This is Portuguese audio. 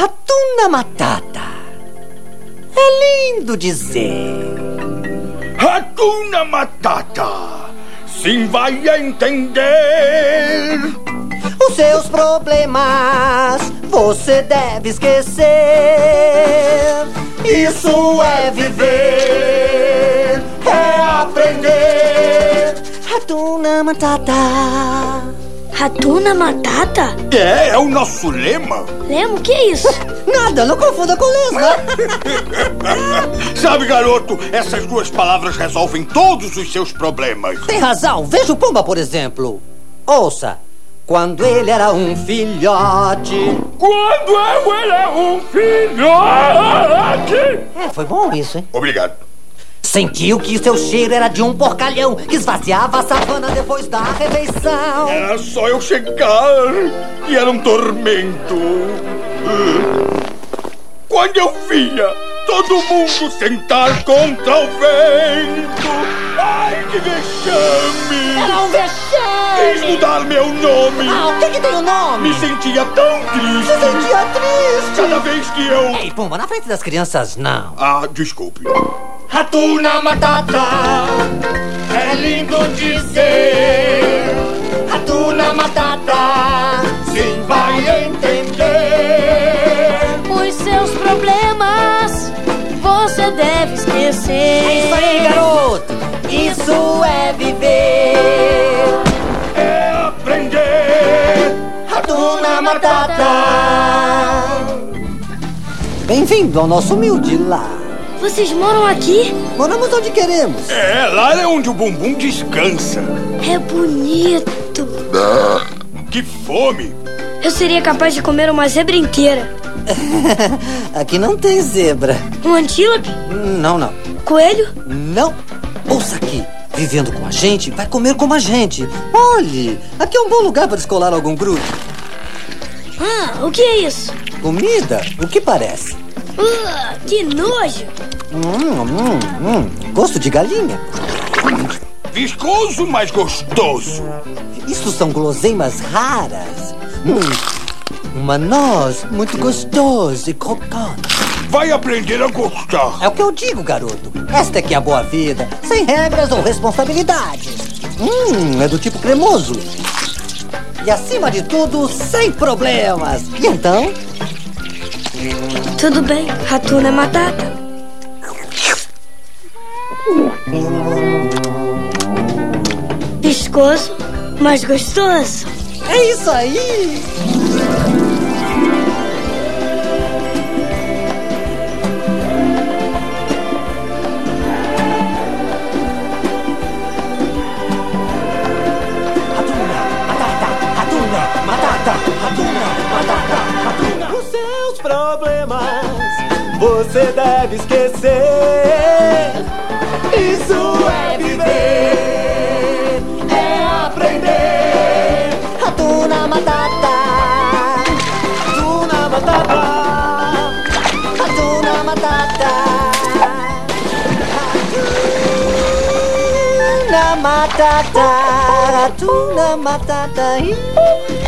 Hakuna Matata. É lindo dizer. Hakuna Matata. Sim, vai entender. Os seus problemas você deve esquecer. Isso é viver, é aprender. Hakuna Matata. Ratuna Matata? É, é o nosso lema. Lemo, que é isso? Nada, não confunda com lesma. Sabe, garoto, essas duas palavras resolvem todos os seus problemas. Tem razão. Veja o Pumba, por exemplo. Ouça. Quando ele era um filhote. Quando eu era um filhote. É, foi bom isso, hein? Obrigado. Sentiu que seu cheiro era de um porcalhão que esvaziava a savana depois da refeição. Era só eu chegar e era um tormento. Quando eu via todo mundo sentar contra o vento, ai que Era um vexame! Quis vexame! mudar meu nome, Ah, o que que tem o nome? me sentia Se tão triste sentia triste. cada vez que eu. Ei, Pumba, na frente das crianças, não. Ah, desculpe. Ratuna Matata. É lindo dizer, Ratuna Matata. sim, vai entender. Os seus problemas você deve esquecer. É isso aí, garoto. Isso é viver. é aprender. Ratuna Matata. Bem-vindo ao nosso humilde lar. Vocês moram aqui? Moramos onde queremos. É, lá é onde o bumbum descansa. É bonito. Que fome! Eu seria capaz de comer uma zebra inteira. Aqui não tem zebra. Um antílope? Não, não. Coelho? Não. Ouça aqui. Vivendo com a gente, vai comer como a gente. Olhe, aqui é um bom lugar para descolar algum grupo. Ah, o que é isso? Comida? O que parece? Ah, que nojo! Hum, hum, hum. Gosto de galinha. Viscoso, mas gostoso. Isso são guloseimas raras. Hum. Uma noz muito gostosa e crocante. Vai aprender a gostar. É o que eu digo, garoto. Esta aqui é a boa vida, sem regras ou responsabilidades. Hum, é do tipo cremoso. E acima de tudo, sem problemas. E então, Tudo bem, Ratuna Matata. Viscoso, mas gostoso. é isso aí. Os seus problemas você deve esquecer. Isso é viver, é aprender. Ratuna Matata. Tuna matata. Hakuna Matata. Hakuna Matata. Hakuna Matata.